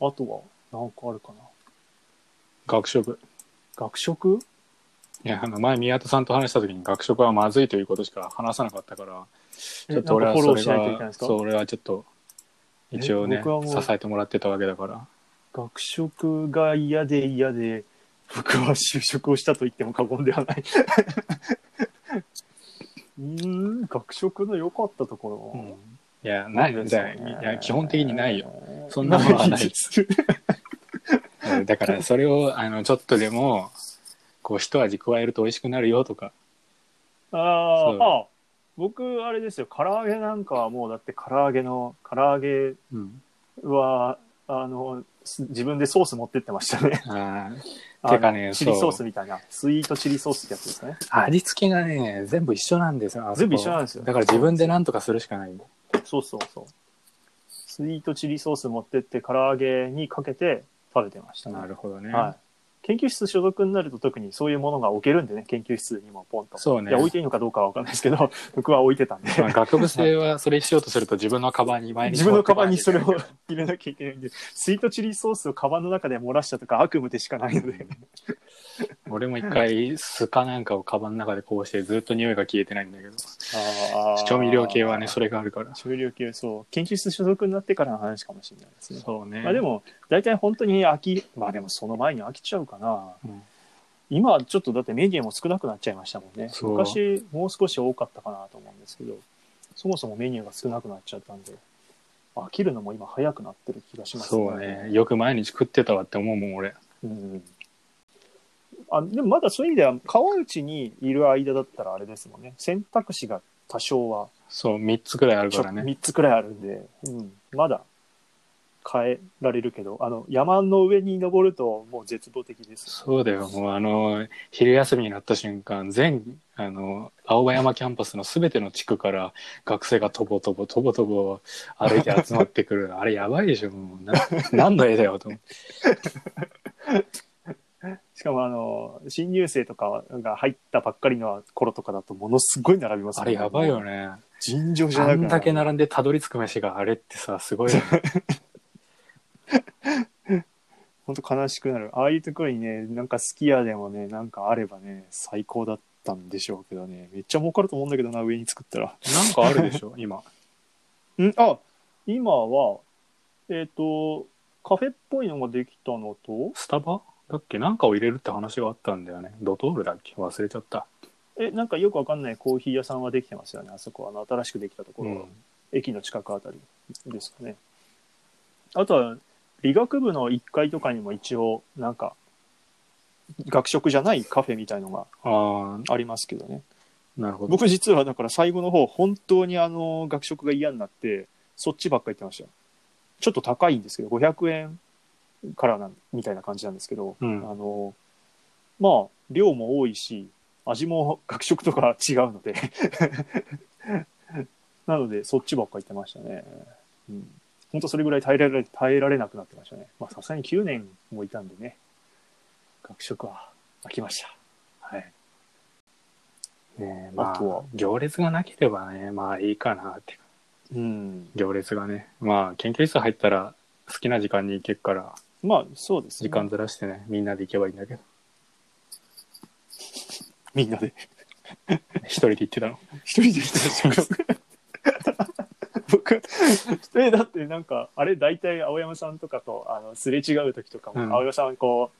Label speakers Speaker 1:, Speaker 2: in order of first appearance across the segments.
Speaker 1: あとは、何個あるかな。
Speaker 2: 学食。
Speaker 1: 学食
Speaker 2: いや、あの、前宮田さんと話した時に学食はまずいということしか話さなかったから、ちょっと俺は
Speaker 1: えなんかフォロ
Speaker 2: そ
Speaker 1: ー
Speaker 2: れ
Speaker 1: しないといけないん
Speaker 2: が、
Speaker 1: ですか
Speaker 2: そう、俺はちょっと、一応
Speaker 1: え
Speaker 2: ね、
Speaker 1: 僕はもう
Speaker 2: 支えてもらってたわけだから。
Speaker 1: 学食が嫌で嫌で、僕は就職をしたと言っても過言では ない。うーん、学食の良かったとこ
Speaker 2: う
Speaker 1: ろ
Speaker 2: ん
Speaker 1: は、
Speaker 2: いや、ないよ、じゃあ、いや、基本的にないよ。。そんなもの
Speaker 1: の
Speaker 2: はないです。うんだから、それを、あの、ちょっとでも、こう、一味加えると美味しくなるよとか。
Speaker 1: あ
Speaker 2: そう
Speaker 1: ーあ、僕、あれですよ、唐揚げなんかはもう、だって唐揚げの、唐揚げ
Speaker 2: うん。
Speaker 1: は、あの、す自分でソース持ってってましたね。
Speaker 2: あ
Speaker 1: あ
Speaker 2: てかね
Speaker 1: のチリ
Speaker 2: そう
Speaker 1: ソースみたいな、スイートチリソースってやつですね。
Speaker 2: あ、味付けがね、全部一緒なんですよ。あそこ
Speaker 1: 全部一緒なんですよ
Speaker 2: だから自分で何とかするしかない。
Speaker 1: そうそうそう。スイートチリソース持ってって、唐揚げにかけて食べてましたね。
Speaker 2: なるほどね。
Speaker 1: はい。研究室所属になると特にそういうものが置けるんでね、研究室にもポンと。
Speaker 2: そうね
Speaker 1: いや、置いていいのかどうかはわかんないですけど、 僕は置いてたんで。
Speaker 2: まあ、学部生はそれしようとすると自分のカバンに毎日
Speaker 1: 自分のカバンにそれを
Speaker 2: 持ってこ
Speaker 1: 入れなきゃいけないんで、スイートチリソースをカバンの中で漏らしたとか悪夢でしかないので、
Speaker 2: ないと俺も一回スカなんかをカバンの中でこうしてずっと匂いが消えてないんだけど調味料系はねそ
Speaker 1: れ。
Speaker 2: れがあるから
Speaker 1: 調味料系、そう。研究室所属になってからの話かもしれないですね。
Speaker 2: そうね
Speaker 1: まあで、も、大体本当に飽き、まあでもその前に飽きちゃうかな。
Speaker 2: うん
Speaker 1: 今はちょっとだってメディアも少なくなっちゃいましたもんね。
Speaker 2: そう
Speaker 1: 昔もう少し多かったかなと思うんですけど、そもそもメニューが少なくなっちゃったんで、飽きるのも今早くなってる気がします
Speaker 2: そうね。よく毎日食ってたわって思うもん俺
Speaker 1: うん。あ、でもまだそういう意味では、川内にいる間だったらあれですもんね。選択肢が多少は、
Speaker 2: そう3つくらいあるからね
Speaker 1: 3つくらいあるんで、うん、まだ変えられるけど、あの、山の上に登るともう絶望的です。
Speaker 2: そうだよもうあの昼休みになった瞬間全あの青葉山キャンパスの全ての地区から学生がとぼとぼとぼとぼ歩いて集まって くるあれやばいでしょもうな何の絵だよと思って
Speaker 1: しかもあの、新入生とかが入ったばっかりの頃とかだとものすごい並びます
Speaker 2: あれやばいよ
Speaker 1: ね。
Speaker 2: ね
Speaker 1: 尋常じゃな
Speaker 2: あ
Speaker 1: く
Speaker 2: ん
Speaker 1: ない
Speaker 2: だけ並んでたどり着く飯があれってさすごいよね
Speaker 1: 本当悲しくなる。ああいうところにね、なんかスキヤでもね、なんかあればね、最高だったんでしょうけどね。めっちゃ儲かると思うんだけどな、上に作ったら。
Speaker 2: なんかあるでしょ 今
Speaker 1: んあ、今は、えっ、と、カフェっぽいのができたのと、
Speaker 2: スタバだっけなんかを入れるって話があったんだよねドトールだっけ忘れちゃった、
Speaker 1: え、なんかよくわかんないコーヒー屋さんはできてますよね。あそこ、あの、新しくできたとこ
Speaker 2: う
Speaker 1: ろ、
Speaker 2: ん、
Speaker 1: 駅の近くあたりですかね。あとは、理学部の1階とかにも一応、なんか、学食じゃないカフェみたいのが
Speaker 2: あ
Speaker 1: ありますけどね。
Speaker 2: あなるほど
Speaker 1: 僕実はだから最後の方本当にあの学食が嫌になってそっちばっかり行ってましたちょっと高いんですけど500円からなんみたいな感じなんですけど、
Speaker 2: うん
Speaker 1: あのまあ量も多いし味も学食とか違うので なのでそっちばっかり行ってましたね、うん、本当それぐらい耐えられ耐えられなくなってましたねまあさすがに9年もいたんでね学食は飽きましたはい
Speaker 2: ねえまあ、
Speaker 1: あとは
Speaker 2: 行列がなければねまあいいかなって
Speaker 1: うん
Speaker 2: 行列がねまあ研究室入ったら好きな時間に行けるから
Speaker 1: まあそうですね
Speaker 2: 時間ずらしてねみんなで行けばいいんだけど
Speaker 1: みんなで。
Speaker 2: 一人で行ってたの
Speaker 1: 一人で行った僕、え、だってなんか、あれ大体青山さんとかと、あの、すれ違う時とかも、
Speaker 2: うん
Speaker 1: 青山さんこ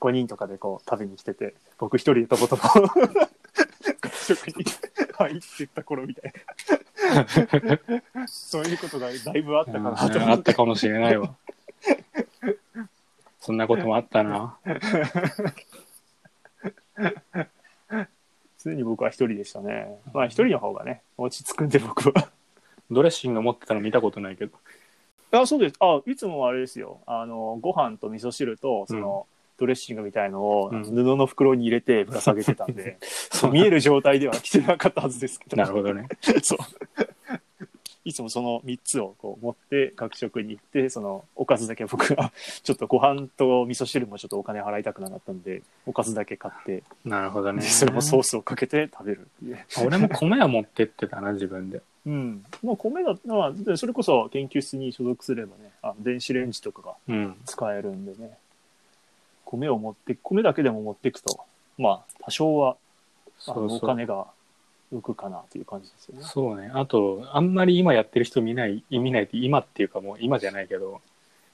Speaker 1: う、5人とかでこう、食べに来てて、僕一人でとことこ、学食に入ってった頃みたいな。そういうことがだいぶあったかなと
Speaker 2: うん
Speaker 1: 思
Speaker 2: あ
Speaker 1: っ。
Speaker 2: ってたかもしれない わそんなこともあったな
Speaker 1: 常に僕は一人でしたね。まあ一人の方がね、落ち着くんで僕は。
Speaker 2: ドレッシング持ってたの見たことないけど
Speaker 1: あ、そうです。あ、いつもあれですよ。あの、ご飯と味噌汁と、その、ドレッシングみたいのを
Speaker 2: うん
Speaker 1: 布の袋に入れてぶら下げてたん で、見える状態では来てなかったはずですけど。
Speaker 2: なるほどね
Speaker 1: そう。いつもその3つをこう持って学食に行って、そのおかずだけ僕が、ちょっとご飯と味噌汁もちょっとお金払いたくなかったんで、おかずだけ買って、
Speaker 2: なるほど
Speaker 1: で
Speaker 2: ね
Speaker 1: それもソースをかけて食べるっていう。
Speaker 2: 俺も米は持ってってたな自分で
Speaker 1: うん。まあ、米だまあ、でそれこそ研究室に所属すればね、あの電子レンジとかが
Speaker 2: うん。
Speaker 1: 使えるんでね。米を持って、米だけでも持っていくと、まあ、多少は、あ
Speaker 2: そ
Speaker 1: の
Speaker 2: う
Speaker 1: お
Speaker 2: そう。
Speaker 1: 金が浮くかなという感じですよね。
Speaker 2: そうね。あと、あんまり今やってる人見ない、見ないって、今っていうかもう今じゃないけど、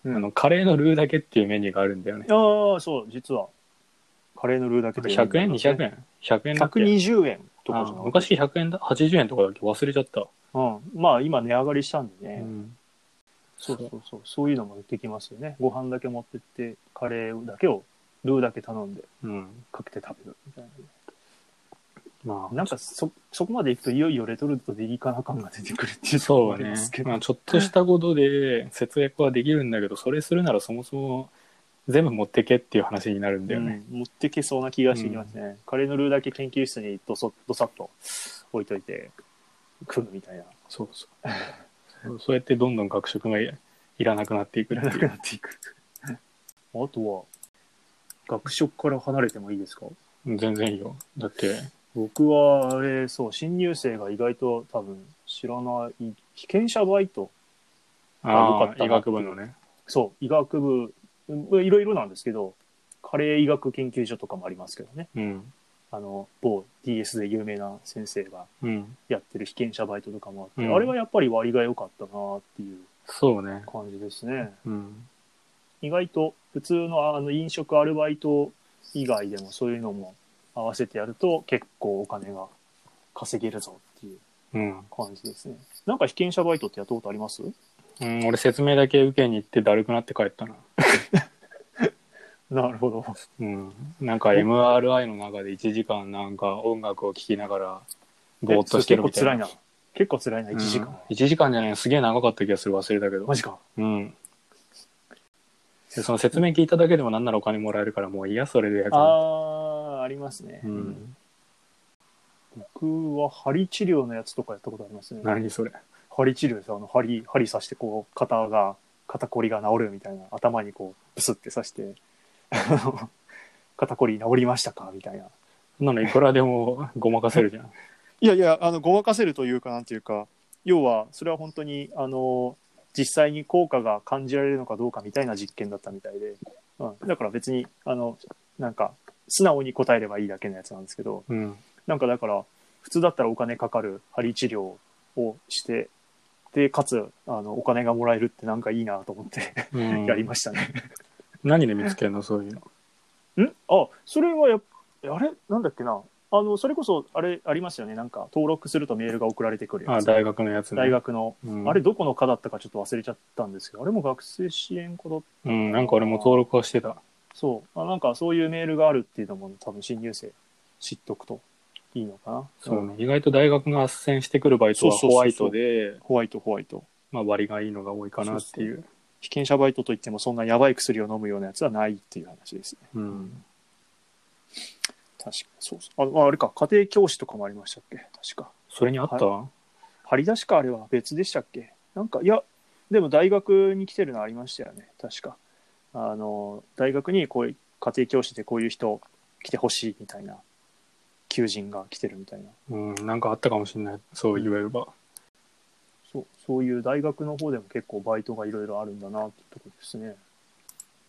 Speaker 1: うん
Speaker 2: あの、カレーのルーだけっていうメニューがあるんだよね。
Speaker 1: ああ、そう、実は、カレーのルーだけで。
Speaker 2: 100円 ?200 円 ?100 円だっけ
Speaker 1: 120円とか
Speaker 2: あ
Speaker 1: じゃな
Speaker 2: 昔100円だ、80円とかだっけ忘れちゃった。
Speaker 1: うん。まあ、今値上がりしたんで
Speaker 2: う
Speaker 1: ね。
Speaker 2: ん。
Speaker 1: そうそうそう。そういうのもできますよね。ご飯だけ持ってって、カレーだけを、ルーだけ頼んで、
Speaker 2: うん。
Speaker 1: かけて食べるみたいなね。
Speaker 2: まあ、
Speaker 1: なんかそ、そこまでいくといよいよレトルトでいいかな感が出てくるっていうところもあ
Speaker 2: そう
Speaker 1: り
Speaker 2: ね
Speaker 1: ますけ。ど。
Speaker 2: まあ、ちょっとしたことで節約はできるんだけど、それするならそもそも全部持ってけっていう話になるんだよね。
Speaker 1: うん持ってけそうな気がしてきますね。カレーのルーだけ研究室にどそどさっと置いといて食うみたいな。
Speaker 2: そうそう。そうやってどんどん学食がいらなくなっていくっていう。
Speaker 1: なっていく。あとは、学食から離れてもいいですか
Speaker 2: 全然いいよ。だって、
Speaker 1: 僕は、あれ、そう、新入生が意外と多分知らない、被験者バイト。よか
Speaker 2: あ
Speaker 1: った
Speaker 2: あ、
Speaker 1: な
Speaker 2: 医学部のね。
Speaker 1: そう、医学部、うんいろいろなんですけど、カレー医学研究所とかもありますけどね。
Speaker 2: うん。
Speaker 1: あの、某 DS で有名な先生が
Speaker 2: うん。
Speaker 1: やってる被験者バイトとかもあって、
Speaker 2: うん
Speaker 1: あれはやっぱり割が良かったなっていう
Speaker 2: そうね。
Speaker 1: 感じですね。
Speaker 2: うん。
Speaker 1: 意外と普通のあの飲食アルバイト以外でもそういうのも合わせてやると結構お金が稼げるぞっていう
Speaker 2: うん。
Speaker 1: 感じですね。なんか被験者バイトってやったことあります
Speaker 2: うん、俺説明だけ受けに行ってだるくなって帰ったな。
Speaker 1: なるほど。
Speaker 2: うん。なんか MRI の中で1時間なんか音楽を聴きながらぼーっとしてるみたいな。
Speaker 1: えそれ結構辛いな。結構辛いな、1時間。
Speaker 2: 1時間じゃないすげえ長かった気がする忘れたけど
Speaker 1: マジか。
Speaker 2: うんでその説明聞いただけでもなんならお金もらえるからもういいやそれでや
Speaker 1: ああ、ありますね。
Speaker 2: うん
Speaker 1: 僕は針治療のやつとかやったことありますね。
Speaker 2: 何それ
Speaker 1: 針治療ですよあの針針刺してこう肩が肩こりが治るみたいな頭にこうブスって刺して あの肩こり治りましたかみたいな
Speaker 2: そんなのいくらでもごまかせる じゃん
Speaker 1: いやいやあのごまかせるというかなんていうか要はそれは本当にあの実際に効果が感じられるのかどうかみたいな実験だったみたいで、うん、だから別にあのなんか素直に答えればいいだけのやつなんですけど
Speaker 2: うん
Speaker 1: なんかだから、普通だったらお金かかる針治療をして、で、かつ、あの、お金がもらえるってなんかいいなと思って、
Speaker 2: う ん
Speaker 1: やりましたね。
Speaker 2: 何で見つけるのそういうの
Speaker 1: んあ、それはやっ、あれなんだっけな。あの、それこそ、あれ、ありますよね。なんか、登録するとメールが送られてくるや
Speaker 2: あ
Speaker 1: つ。
Speaker 2: 大学のやつね
Speaker 1: 大学の、
Speaker 2: うん
Speaker 1: あれ、どこの科だったかちょっと忘れちゃったんですけど、あれも学生支援科だっ
Speaker 2: うんなんか俺も登録はしてた
Speaker 1: そうあ。なんか、そういうメールがあるっていうのも、多分新入生知っとくといいのかな。
Speaker 2: そう
Speaker 1: うん
Speaker 2: ね意外と大学が斡旋してくるバイトは
Speaker 1: そうそうそうそう
Speaker 2: ホワイトで
Speaker 1: ホワイト、ホワイト。
Speaker 2: まあ割がいいのが多いかなっていう
Speaker 1: 被験者バイトといってもそんなやばい薬を飲むようなやつはないっていう話ですね。
Speaker 2: うん
Speaker 1: 確かに。そうそう。あああれか、家庭教師とかもありましたっけ確か。
Speaker 2: それにあった
Speaker 1: 張り出しかあれは別でしたっけなんか、いや、でも大学に来てるのありましたよね。確か。あの、大学にこういう、家庭教師でこういう人来てほしいみたいな、求人が来てるみたいな。
Speaker 2: うんなんかあったかもしれないそう言えれば
Speaker 1: そう、そういう大学の方でも結構バイトがいろいろあるんだなってとこですね。